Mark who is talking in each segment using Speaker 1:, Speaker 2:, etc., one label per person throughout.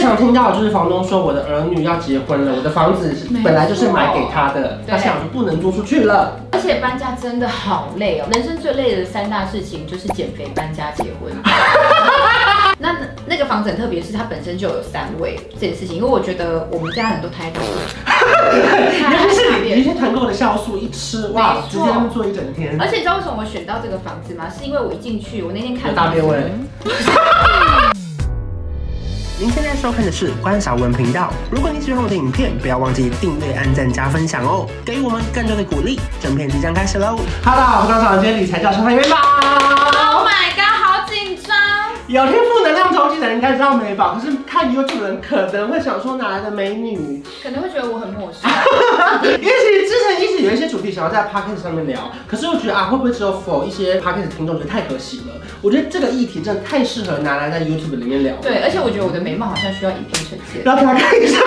Speaker 1: 常听到就是房东说我的儿女要结婚了，我的房子
Speaker 2: 没错
Speaker 1: 本来就是买给他的，
Speaker 2: 对
Speaker 1: 他想就不能租出去了。
Speaker 2: 而且搬家真的好累哦，人生最累的三大事情就是减肥、搬家、结 婚。那那个房子很特别，是它本身就有三位这件事情，因为我觉得我们家很多胎 动，
Speaker 1: 尤
Speaker 2: 太
Speaker 1: 其是
Speaker 2: 方
Speaker 1: 你
Speaker 2: 便
Speaker 1: 一些团购的酵素一吃，哇，
Speaker 2: 没
Speaker 1: 直
Speaker 2: 错
Speaker 1: 接做一整天
Speaker 2: 而。且你知道为什么我选到这个房子吗？是因为我一进去，我那天看
Speaker 1: 有大变味。 您现在收看的是关少文频道。如果你喜欢我的影片，不要忘记订阅、按赞、加分享哦，给予我们更多的鼓励。整片即将开始喽！哈喽，我是关少文，今天理财教授潘元宝。
Speaker 2: Oh my god，好紧张！
Speaker 1: 有天赋能量周记的人应该知道美宝，可是看 YouTube 的人可能会想说哪来的美女？
Speaker 2: 可能会觉得我很陌生。
Speaker 1: 因为其实之前一直有一些主题想要在 podcast 上面聊，可是我觉得啊，会不会只有 for 一些 podcast 听众觉得太可惜了？我觉得这个议题真的太适合拿来在 YouTube 里面聊。
Speaker 2: 对，而且我觉得我的眉毛好像需要影片呈 现。
Speaker 1: 让大家看一下。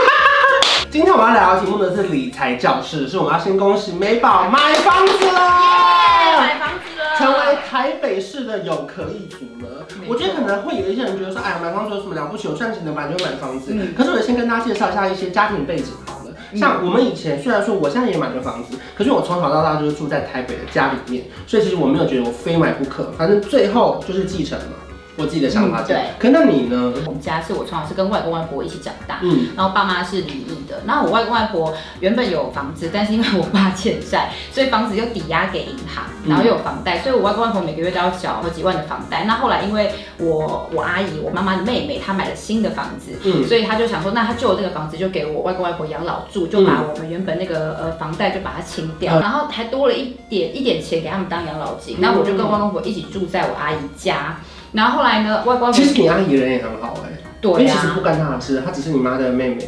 Speaker 1: 今天我们要聊的题目呢是理财教室，是我们要先恭喜美宝买房子了，
Speaker 2: 买房子了，
Speaker 1: 成为台北市的有壳一族了。我觉得可能会有一些人觉得说，哎呀，买房子有什么了不起？有赚钱的买就买房子。
Speaker 2: 嗯
Speaker 1: 可是我先跟大家介绍一下一些家庭背景好了。像我们以前虽然说我现在也买了房子，可是我从小到大就是住在台北的家里面，所以其实我没有觉得我非买不可。反正最后就是继承嘛，我自己的想法
Speaker 2: 嗯
Speaker 1: 这样。
Speaker 2: 对
Speaker 1: 可那你呢？
Speaker 2: 我们家是我从小是跟外公外婆一起长大，
Speaker 1: 嗯，
Speaker 2: 然后爸妈是离异的。那我外公外婆原本有房子，但是因为我爸欠债，所以房子又抵押给银行，
Speaker 1: 嗯
Speaker 2: 然后又有房贷，所以我外公外婆每个月都要缴好几万的房贷。那后来因为我我阿姨我妈妈的妹妹她买了新的房子，
Speaker 1: 嗯
Speaker 2: 所以她就想说，那她旧的这个房子就给我外公外婆养老住，就把我们原本那个呃房贷就把它清掉，
Speaker 1: 嗯
Speaker 2: 然后还多了一点一点钱给他们当养老金。
Speaker 1: 嗯
Speaker 2: 那我就跟外公外婆一起住在我阿姨家。然后后来呢，外公外婆
Speaker 1: 其实你阿姨人也很好哎、因
Speaker 2: 哦对啊
Speaker 1: 为
Speaker 2: 呀、
Speaker 1: 其实不干她的事，她只是你妈的妹妹。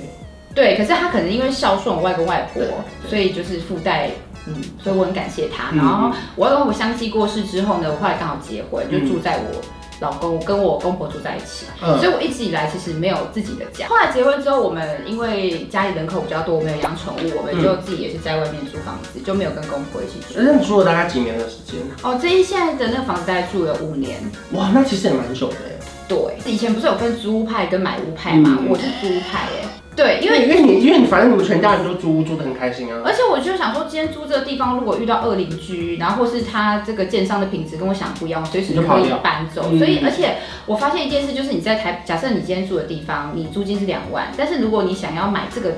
Speaker 2: 对，可是他可能因为孝顺我外公外婆
Speaker 1: 对，对
Speaker 2: 所以就是附带，嗯，所以我很感谢他。
Speaker 1: 嗯
Speaker 2: 啊然后我外公外婆相继过世之后呢，我后来刚好结婚，就
Speaker 1: 嗯
Speaker 2: 住在我老公跟我公婆住在一起。
Speaker 1: 嗯
Speaker 2: 所以我一直以来其实没有自己的家。后来结婚之后，我们因为家里人口比较多，我们有养宠物，我们
Speaker 1: 嗯
Speaker 2: 就自己也是在外面租房子，就没有跟公婆一起住。
Speaker 1: 那你住了大概几年的时间？
Speaker 2: 哦，这一现在的那个房子大概住了五年。
Speaker 1: 哇，那其实也蛮久的哎、
Speaker 2: 对，以前不是有分租屋派跟买屋派吗？
Speaker 1: 嗯
Speaker 2: 我是租屋派哎、对，因为哎
Speaker 1: 因为你因为你反正你们全家人都租屋住的很开心啊。
Speaker 2: 而且我就想说，今天租这个地方，如果遇到恶邻居，然后或是他这个建商的品质跟我想不一样，我随时就可以搬走。
Speaker 1: 你就跑掉
Speaker 2: 所以，
Speaker 1: 嗯
Speaker 2: 而且我发现一件事，就是你在台，假设你今天住的地方，你租金是两万，但是如果你想要买这个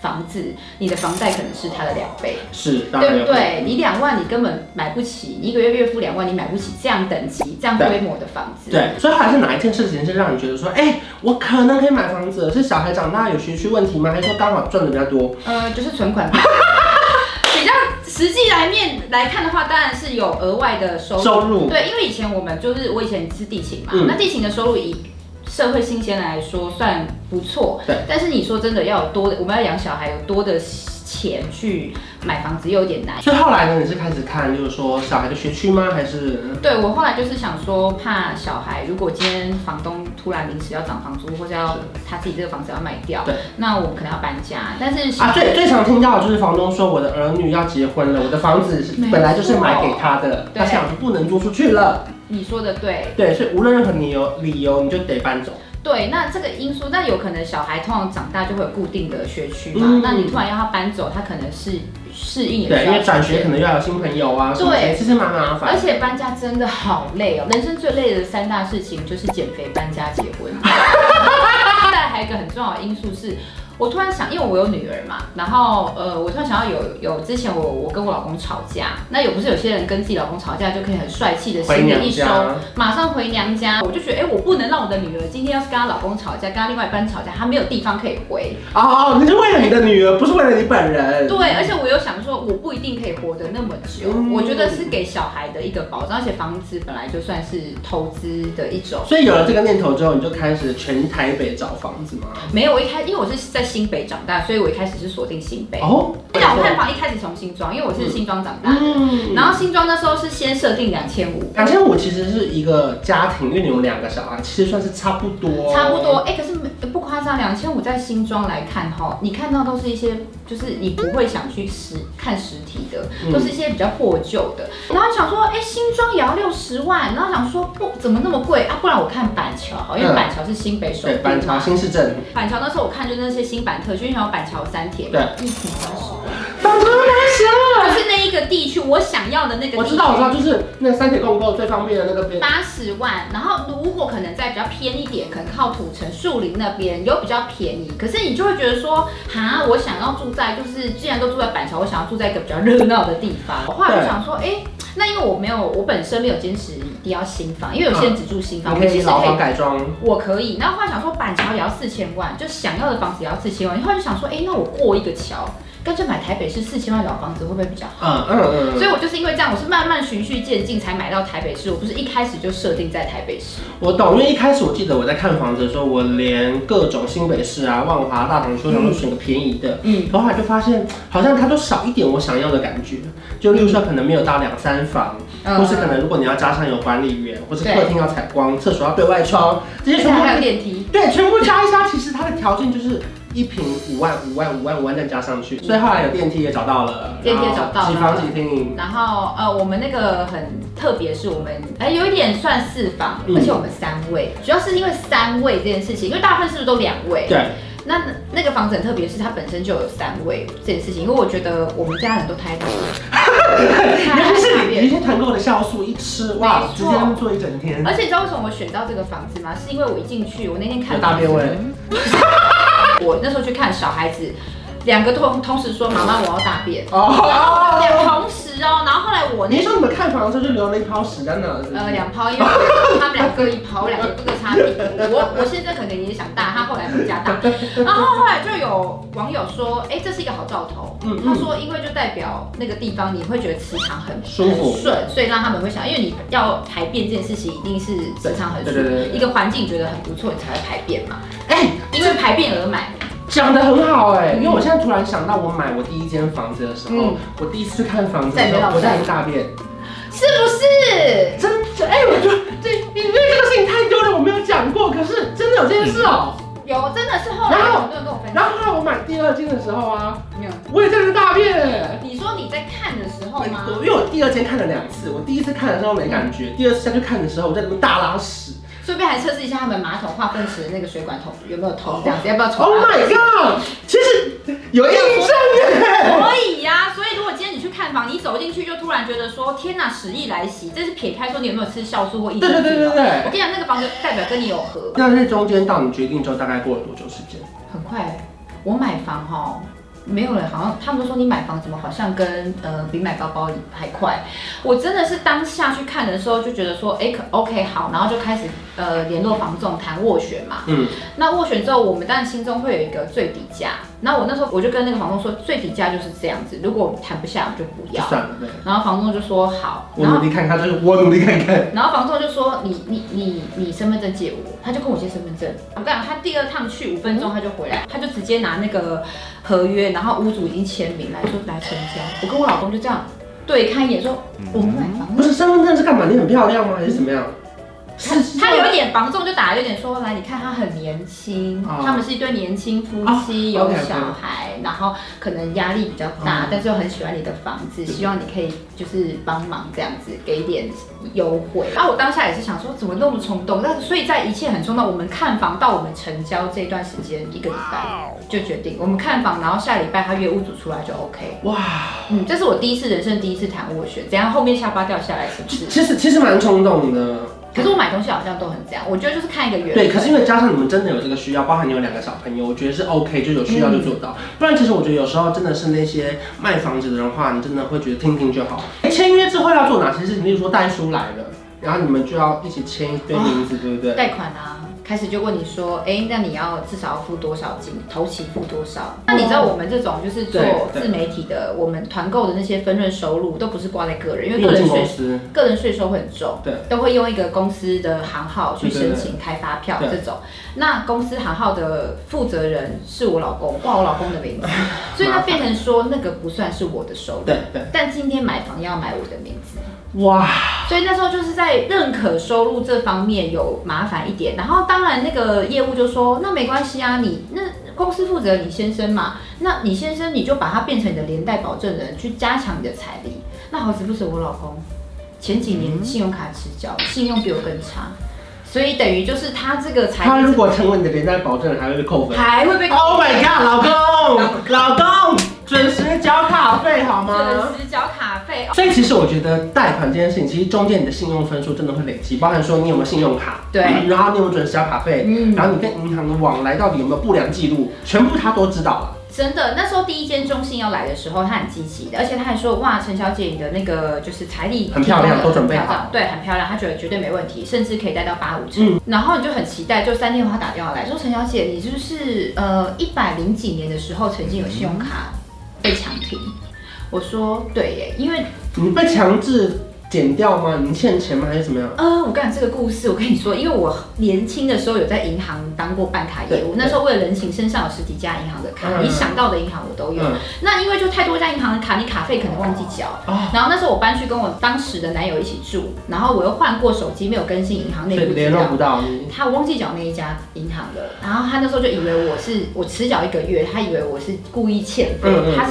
Speaker 2: 房子，你的房贷可能是它的两倍，
Speaker 1: 是，当然
Speaker 2: 对
Speaker 1: 有
Speaker 2: 不对？你两万你根本买不起，你一个月月付两万，你买不起这样等级、这样
Speaker 1: 对
Speaker 2: 规模的房子。
Speaker 1: 对，所以还是哪一件事情是让你觉得说，哎、我可能可以买房子了？是小孩长大有学区问题吗？还是说刚好赚的比较多？
Speaker 2: 呃，就是存款。 比较实际来面来看的话，当然是有额外的收入。
Speaker 1: 收入
Speaker 2: 对，因为以前我们就是我以前是地勤嘛，
Speaker 1: 嗯
Speaker 2: 那地勤的收入以社会新鲜来说算不错。
Speaker 1: 对。
Speaker 2: 但是你说真的要有多的，我们要养小孩有多的钱去买房子又有点难。
Speaker 1: 所以后来呢，你是开始看就是说小孩的学区吗？还是
Speaker 2: 对我后来就是想说，怕小孩如果今天房东突然临时要涨房租，或者要
Speaker 1: 是
Speaker 2: 他自己这个房子要卖掉，
Speaker 1: 对，
Speaker 2: 那我们可能要搬家。但是
Speaker 1: 啊？最最常听到的就是房东说我的儿女要结婚了，我的房子是
Speaker 2: 没错
Speaker 1: 本来就是买给他的，
Speaker 2: 对
Speaker 1: 他想就不能租出去了。
Speaker 2: 你说的对，
Speaker 1: 对，所以无论任何理由理由，你就得搬走。
Speaker 2: 对，那这个因素，那有可能小孩通常长大就会有固定的学区嘛，
Speaker 1: 嗯
Speaker 2: 那你突然要他搬走，他可能是适应也需
Speaker 1: 对，因为
Speaker 2: 要
Speaker 1: 转
Speaker 2: 时
Speaker 1: 学
Speaker 2: 间
Speaker 1: 可能又要有新朋友啊，什么之
Speaker 2: 对
Speaker 1: 类的其实蛮麻
Speaker 2: 而
Speaker 1: 烦。
Speaker 2: 且搬家真的好累哦，人生最累的三大事情就是减肥、搬家、结婚。 再还有一个很重要的因素是，我突然想，因为我有女儿嘛，然后呃，我突然想要有有之前我我跟我老公吵架，那有不是有些人跟自己老公吵架就可以很帅气的
Speaker 1: 回
Speaker 2: 行
Speaker 1: 娘
Speaker 2: 李一收，
Speaker 1: 家，
Speaker 2: 马上回娘家，我就觉得，哎、我不能让我的女儿今天要是跟她老公吵架，跟她另外一半吵架，她没有地方可以回。
Speaker 1: 哦哦，你是为了你的女儿，不是为了你本人。
Speaker 2: 对，而且我又想说，我不一定可以活得那么久，
Speaker 1: 嗯
Speaker 2: 我觉得是给小孩的一个保障，而且房子本来就算是投资的一种。
Speaker 1: 所以有了这个念头之后，你就开始全台北找房子吗？
Speaker 2: 没有，我一开，因为我是在新北长大，所以我一开始是锁定新北。
Speaker 1: 哦，
Speaker 2: 我讲我看房一开始从新庄，因为我是新庄长大的，
Speaker 1: 嗯，
Speaker 2: 然后新庄那时候是先设定两千五，
Speaker 1: 两千五其实是一个家庭，因为你有两个小孩，其实算是差不多。
Speaker 2: 差不多。哎、可是不夸张，两千五在新庄来看哈，你看到都是一些就是你不会想去实看实体的，
Speaker 1: 嗯
Speaker 2: 都是一些比较破旧的。然后想说，哎、新庄也要六十万，然后想说不怎么那么贵啊，不然我看板桥好，因为
Speaker 1: 嗯
Speaker 2: 板桥是新北首
Speaker 1: 对，
Speaker 2: 都
Speaker 1: 板桥
Speaker 2: 嘛。
Speaker 1: 新市镇，
Speaker 2: 板桥那时候我看就那些新版特区，因为想要板桥三铁，
Speaker 1: 对
Speaker 2: 玉屏八十万，
Speaker 1: 板桥南
Speaker 2: 就是那一个地区我想要的那个地区。
Speaker 1: 我知道，我知道，就是那三铁共购最方便的那个边，
Speaker 2: 八十万，然后如果可能在比较偏一点，可能靠土城、树林那边有比较便宜，可是你就会觉得说，哈，我想要住在就是既然都住在板桥，我想要住在一个比较热闹的地方。后来我
Speaker 1: 对
Speaker 2: 想说，哎、那因为我没有，我本身没有坚持一定要新房，因为有些人只住新房，
Speaker 1: 嗯你可
Speaker 2: 我其
Speaker 1: 以
Speaker 2: 实可
Speaker 1: 牢
Speaker 2: 以
Speaker 1: 房改装，
Speaker 2: 我可以。那后来想说板桥也要四千万，就想要的房子也要四千万。后来就想说，哎、那我过一个桥，干脆买台北市四千万老房子会不会比较
Speaker 1: 嗯
Speaker 2: 好？
Speaker 1: 嗯嗯
Speaker 2: 所
Speaker 1: 嗯，
Speaker 2: 以我就是因为这样，我是慢慢循序渐进才买到台北市，我不是一开始就设定在台北市。
Speaker 1: 我懂，因为一开始我记得我在看房子的时候，我连各种新北市啊、万华、大同、说想都选个便宜的，
Speaker 2: 嗯，
Speaker 1: 然后后来就发现好像它都少一点我想要的感觉，就例如说可能没有到两三房，
Speaker 2: 呃
Speaker 1: 或是可能如果你要加上有管理员，或是
Speaker 2: 对
Speaker 1: 客厅要采光，厕所要对外窗，这
Speaker 2: 而
Speaker 1: 些
Speaker 2: 且
Speaker 1: 全部
Speaker 2: 啊还有电梯。
Speaker 1: 对，全部加一加，其实它的条件就是一平五万、五万、五万、五万这样加上去，所以后来有电梯也找到了，
Speaker 2: 电梯也找到了
Speaker 1: 然后几房几厅，
Speaker 2: 然后呃，我们那个很特别，是我们哎、有一点算四房，
Speaker 1: 嗯
Speaker 2: 而且我们三位，主要是因为三位这件事情，因为大部分是不是都两位？
Speaker 1: 对，
Speaker 2: 那那个房子很特别，是它本身就有三位这件事情，因为我觉得我们家人都太多 了，太
Speaker 1: 尤其是你
Speaker 2: 太
Speaker 1: 一些团购的酵素一吃，哇，
Speaker 2: 没
Speaker 1: 直
Speaker 2: 错
Speaker 1: 接做一整天，
Speaker 2: 而且你知道为什么我选到这个房子吗？是因为我一进去，我那天
Speaker 1: 有
Speaker 2: 看
Speaker 1: 大
Speaker 2: 房子
Speaker 1: 变味，
Speaker 2: 我那时候去看小孩子，两个同同时说妈妈我要大便，
Speaker 1: 哦，
Speaker 2: 两同时哦，然后后来我那
Speaker 1: 你说你们看房的时候就留了一泡屎在那？是不是
Speaker 2: 呃，两泡，因为我他们俩各一泡，我两个各擦屁股。我我现在可能也想大，他后来回家大。然后后来就有网友说，哎、这是一个好兆头。
Speaker 1: 嗯
Speaker 2: 他说，因为就代表那个地方你会觉得磁场很
Speaker 1: 舒服
Speaker 2: 很顺，所以让他们会想，因为你要排便这件事情一定是磁场很
Speaker 1: 对
Speaker 2: 顺，
Speaker 1: 对对对
Speaker 2: 一个环境觉得很不错，你才会排便嘛。
Speaker 1: 哎，
Speaker 2: 因为排便而买，
Speaker 1: 讲的很好哎、
Speaker 2: 嗯
Speaker 1: 因为我现在突然想到，我买我第一间房子的时候，
Speaker 2: 嗯
Speaker 1: 我第一次看房子的时
Speaker 2: 在
Speaker 1: 候，
Speaker 2: 没
Speaker 1: 我在
Speaker 2: 落
Speaker 1: 一大便，
Speaker 2: 是不是？
Speaker 1: 真的哎、我觉得这你因为这个事情太丢人，我没有讲过，可是真的有这件事哦、
Speaker 2: 有，真的是后来
Speaker 1: 然后
Speaker 2: 有很多人跟我分
Speaker 1: 然
Speaker 2: 享，
Speaker 1: 后后来我买第二间的时候啊，
Speaker 2: 没有？
Speaker 1: 我也在那大便哎、
Speaker 2: 你说你在看的时候吗？
Speaker 1: 我因为我第二间看了两次，我第一次看的时候没感觉，第二次再去看的时候，我在里面大拉屎。
Speaker 2: 顺便还测试一下他们马桶化粪池的那个水管头有没有通，这样子要不啊要重
Speaker 1: Oh
Speaker 2: 来？
Speaker 1: my god！其实有印证哎、
Speaker 2: 所以呀、所以如果今天你去看房，你走进去就突然觉得说，天哪，屎意来袭，这是撇开说你有没有吃酵素或益
Speaker 1: 对
Speaker 2: 生
Speaker 1: 对对对
Speaker 2: 菌哦。我
Speaker 1: 对。
Speaker 2: 跟你讲，那个房子代表跟你有合，
Speaker 1: 那是中间到你决定之后，大概过了多久时间？
Speaker 2: 很快。我买房哈，没有人好像他们都说你买房怎么好像跟呃比买包包还快。我真的是当下去看的时候就觉得说，哎、可 OK 好，然后就开始呃联络房仲谈斡旋嘛。
Speaker 1: 嗯，
Speaker 2: 那斡旋之后，我们当然心中会有一个最底价。那我那时候我就跟那个房东说，最底价就是这样子，如果谈不下，我就不
Speaker 1: 就
Speaker 2: 要。
Speaker 1: 算了呗。
Speaker 2: 然后房东就说好，
Speaker 1: 我
Speaker 2: 然
Speaker 1: 努
Speaker 2: 后
Speaker 1: 力看看，就是我努力看看。
Speaker 2: 然后房东就说你你你你身份证借我，他就跟我借身份证。我跟你讲，他第二趟去五分钟他就回来，他就直接拿那个合约，然后屋主已经签名来说来成交。我跟我老公就这样对看一眼说，我们买房
Speaker 1: 不是身份证是干嘛？你很漂亮吗？还是怎么样？
Speaker 2: 他他有一点房仲就打了有点说，来你看他很年轻，
Speaker 1: 哦
Speaker 2: 他们是一对年轻夫妻，
Speaker 1: 哦
Speaker 2: 有
Speaker 1: ，OK，OK
Speaker 2: 小孩，然后可能压力比较
Speaker 1: 嗯
Speaker 2: 大，但是又很喜欢你的房子，希望你可以就是帮忙这样子给一点优惠。啊，我当下也是想说怎么那么冲动，但所以在一切很冲动，我们看房到我们成交这段时间一个礼拜就决定，我们看房，然后下礼拜他约屋主出来就 OK。
Speaker 1: 哇，
Speaker 2: 嗯，这是我第一次人生第一次谈斡旋，怎样后面下巴掉下来是不是？
Speaker 1: 其实其实蛮冲动的。
Speaker 2: 可是我买东西好像都很这样，我觉得就是看一个缘分。
Speaker 1: 对，可是因为加上你们真的有这个需要，包含你有两个小朋友，我觉得是 OK，就有需要就
Speaker 2: 嗯
Speaker 1: 做到。不然其实我觉得有时候真的是那些卖房子的人话，你真的会觉得听听就好。哎，签约之后要做哪些事情？例如说代书来了，然后你们就要一起签一堆名字，对不对？
Speaker 2: 贷款啊，开始就问你说，哎、那你要至少要付多少金，头期付多少？那你知道我们这种就是做
Speaker 1: 哦对对
Speaker 2: 自媒体的，我们团购的那些分润收入都不是挂在个人，因为
Speaker 1: 因
Speaker 2: 个
Speaker 1: 为
Speaker 2: 人
Speaker 1: 进
Speaker 2: 税
Speaker 1: 公司，
Speaker 2: 个人税收会很重，
Speaker 1: 对，
Speaker 2: 都会用一个公司的行号去
Speaker 1: 对对对
Speaker 2: 申请开发票
Speaker 1: 对
Speaker 2: 这种。那公司行号的负责人是我老公，挂我老公 的名字，所以
Speaker 1: 麻
Speaker 2: 那
Speaker 1: 烦
Speaker 2: 变成说那个不算是我的收入。
Speaker 1: 对对。
Speaker 2: 但今天买房要买我的名字，
Speaker 1: 哇，
Speaker 2: 所以那时候就是在认可收入这方面有麻烦一点，然后当然那个业务就说，那没关系啊，你那公司负责你先生嘛，那你先生你就把他变成你的连带保证人，去加强你的财力。那好死不死我老公前几年信用卡迟缴，信用比我更差，所以等于就是他这个财
Speaker 1: 他
Speaker 2: 力
Speaker 1: 如果成为你的连带保证人，还会被扣分。
Speaker 2: 还会被
Speaker 1: Oh my god，老公，老公，准时缴卡费好吗？
Speaker 2: 准时缴卡费，
Speaker 1: 所以其实我觉得贷款这件事情，其实中间你的信用分数真的会累积，包含说你有没有信用卡，
Speaker 2: 对
Speaker 1: 嗯然后你有没有准时交卡费，
Speaker 2: 嗯
Speaker 1: 然后你跟银行的往来到底有没有不良记录，全部他都知道了。
Speaker 2: 真的，那时候第一间中信要来的时候，他很积极的，而且他还说，哇，陈小姐你的那个就是财力
Speaker 1: 很漂亮
Speaker 2: 提供得
Speaker 1: 都准备好
Speaker 2: 很漂亮对，很漂亮，他觉得绝对没问题，甚至可以带到八五
Speaker 1: 嗯
Speaker 2: 成。然后你就很期待，就三天后他打电话来说，陈小姐，你就是呃一百零几年的时候曾经有信用卡被强停。我说对耶，因为
Speaker 1: 你被强制减掉吗？你欠钱吗？还是怎么样？
Speaker 2: 呃，我跟你讲这个故事，我跟你说，因为我年轻的时候有在银行当过办卡业
Speaker 1: 对，
Speaker 2: 务那时候为了人情，身上有十几家银行的卡，
Speaker 1: 嗯
Speaker 2: 你想到的银行我都有。
Speaker 1: 嗯，
Speaker 2: 那因为就太多家银行的卡，你卡费可能忘记缴。
Speaker 1: 哦
Speaker 2: 然后那时候我搬去跟我当时的男友一起住，然后我又换过手机，没有更新银
Speaker 1: 所
Speaker 2: 行内部
Speaker 1: 以
Speaker 2: 资
Speaker 1: 联络
Speaker 2: 料
Speaker 1: 不。到你。
Speaker 2: 他我忘记缴那一家银行了，然后他那时候就以为我是我迟缴一个月，他以为我是故意欠费。
Speaker 1: 嗯嗯
Speaker 2: 他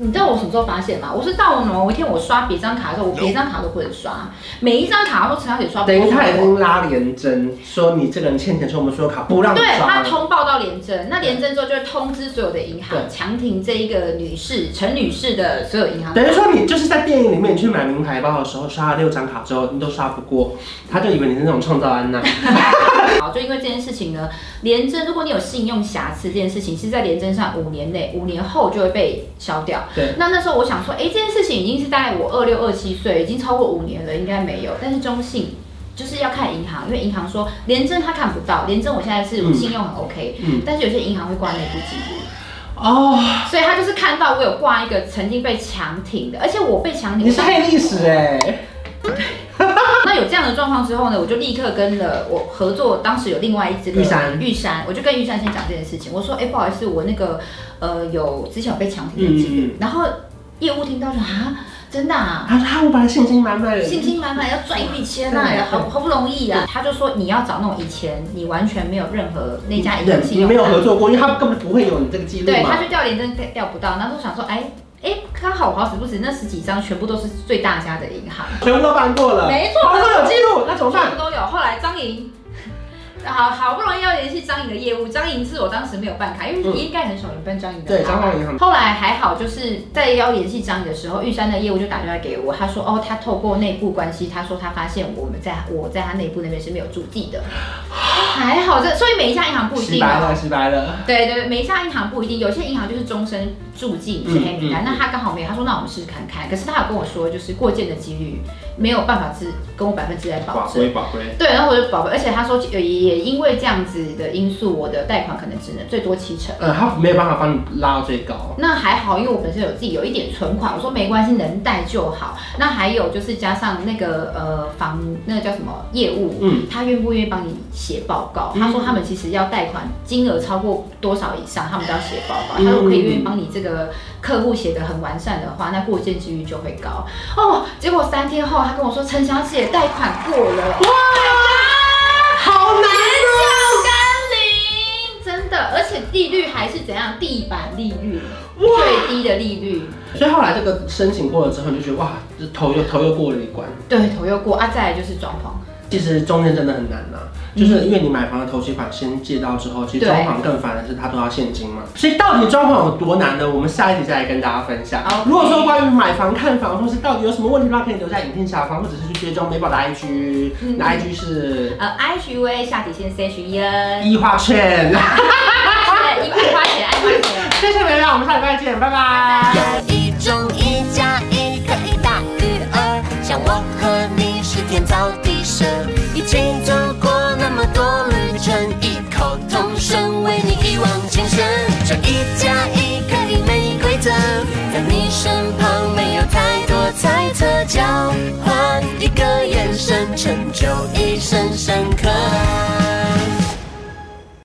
Speaker 2: 你知道我什么时候发现吗？我是到某一天我刷别张卡的时候，我别张卡都不能刷，每一张卡都陈小姐刷不
Speaker 1: 等
Speaker 2: 过
Speaker 1: 于
Speaker 2: 我。
Speaker 1: 他已经拉连针，说你这个人欠钱，说我们所有卡不让你
Speaker 2: 对
Speaker 1: 刷
Speaker 2: 他
Speaker 1: 了。
Speaker 2: 通报到廉政，那廉政之后就会通知所有的银行
Speaker 1: 对
Speaker 2: 强停这一个女士陈女士的所有银行
Speaker 1: 等于说你就是在电影里面，你去买名牌包的时候，刷了六张卡之后，你都刷不过，他就以为你是那种创造安娜。
Speaker 2: 好，就因为这件事情呢，廉政如果你有信用瑕疵这件事情，是在廉政上五年内、五年后就会被消掉。
Speaker 1: 对。
Speaker 2: 那那时候我想说，哎、这件事情已经是大概我二六二七岁，已经超过五年了，应该没有。但是中信就是要看银行，因为银行说廉政他看不到，廉政我现在是
Speaker 1: 嗯
Speaker 2: 信用很 OK，、
Speaker 1: 嗯
Speaker 2: 但是有些银行会挂内部记录。
Speaker 1: 哦，
Speaker 2: 所以他就是看到我有挂一个曾经被强挺的，而且我被强挺，
Speaker 1: 你是黑历史哎、
Speaker 2: 那有这样的状况之后呢，我就立刻跟了我合作，当时有另外一只
Speaker 1: 玉山
Speaker 2: 玉山，我就跟玉山先讲这件事情。我说，哎、不好意思，我那个呃有之前有被强
Speaker 1: 嗯
Speaker 2: 挺的记
Speaker 1: 嗯
Speaker 2: 录，
Speaker 1: 嗯，
Speaker 2: 然后业务听到就啊，真的啊，
Speaker 1: 他说啊，我本来信心满 满，
Speaker 2: 信心满满要赚一笔钱
Speaker 1: 对对
Speaker 2: 啊，好好不容易啊，他就说你要找那种以前你完全没有任何那家银
Speaker 1: 嗯对
Speaker 2: 行信
Speaker 1: 你
Speaker 2: 用
Speaker 1: 没有
Speaker 2: 卡
Speaker 1: 合作过，因为他根本不会有你这个记录
Speaker 2: 对，
Speaker 1: 嘛
Speaker 2: 他。就调连真调不到，然后就想说，哎、哎，刚好好死不死，那十几张全部都是最大家的银行，
Speaker 1: 全部都办过了，
Speaker 2: 没错
Speaker 1: 他们都有记录，那怎么
Speaker 2: 全
Speaker 1: 办？
Speaker 2: 部都有。后来张莹，好好不容易要联系张莹的业务，张莹是我当时没有办卡，因为
Speaker 1: 嗯
Speaker 2: 应该很少人办张莹的卡。
Speaker 1: 对，张望银行，
Speaker 2: 后来还好，就是在要联系张颖的时候，玉山的业务就打电话给我，他说哦，他透过内部关系，他说他发现我们在我在他内部那边是没有注记 的，还好这，所以每一家银行不一
Speaker 1: 洗
Speaker 2: 定
Speaker 1: 白
Speaker 2: 哦。
Speaker 1: 了，洗白了。
Speaker 2: 对对，对，每一家银行不一定，有些银行就是终身注记你是黑名
Speaker 1: 嗯
Speaker 2: 单，
Speaker 1: 嗯
Speaker 2: 那他刚好没有，他说那我们试试看看，可是他有跟我说，就是过件的几率没有办法自跟我百分之百保证。
Speaker 1: 宝贝，
Speaker 2: 对，然后我就保，而且他说也也因为这样子的因素，我的贷款可能只能最多七成。
Speaker 1: 呃，他没有办法帮你拉到最高。
Speaker 2: 那还好，因为我本身有自己有一点存款，我说没关系，能贷就好。那还有就是加上那个呃房那个叫什么业务，
Speaker 1: 嗯，
Speaker 2: 他愿不愿意帮你写报告？
Speaker 1: 嗯
Speaker 2: 他说他们其实要贷款金额超过多少以上，他们都要写报告。
Speaker 1: 嗯
Speaker 2: 他如果可以愿意帮你这个客户写的很完善的话，那过件几率就会高哦。结果三天后，他跟我说陈小姐贷款过了。
Speaker 1: 好
Speaker 2: 南
Speaker 1: 难
Speaker 2: 向甘霖，哦真的，而且利率还是怎样？地板利率最低的利率，
Speaker 1: 所以后来这个申请过了之后，你就觉得哇，这头又头又过了一关。
Speaker 2: 对，头又过啊，再来就是装潢。
Speaker 1: 其实中间真的很难呐、就是因为你买房的头期款先借到之后，其实
Speaker 2: 对
Speaker 1: 装潢更烦的是它都要现金嘛。所以到底装潢有多难呢？我们下一集再来跟大家分享。
Speaker 2: 好
Speaker 1: 如果说关于买房、看房，或是到底有什么问题的话，可以留在影片下方，或者是去追踪美宝的 IG，
Speaker 2: 嗯
Speaker 1: 那 IG 是
Speaker 2: 呃，I 徐威下底线 C 徐恩，
Speaker 1: 一花圈。
Speaker 2: 对，一块花钱爱花钱。
Speaker 1: 谢谢美宝，我们下礼拜见，拜拜。
Speaker 3: 有一种一加一可以大于二，像我和你是天造地设，一起走过那么多旅程，异口同声为你一往情深。这一加一可以没规则，在你身旁没有太多猜测，交换一个眼神，成就一生深刻。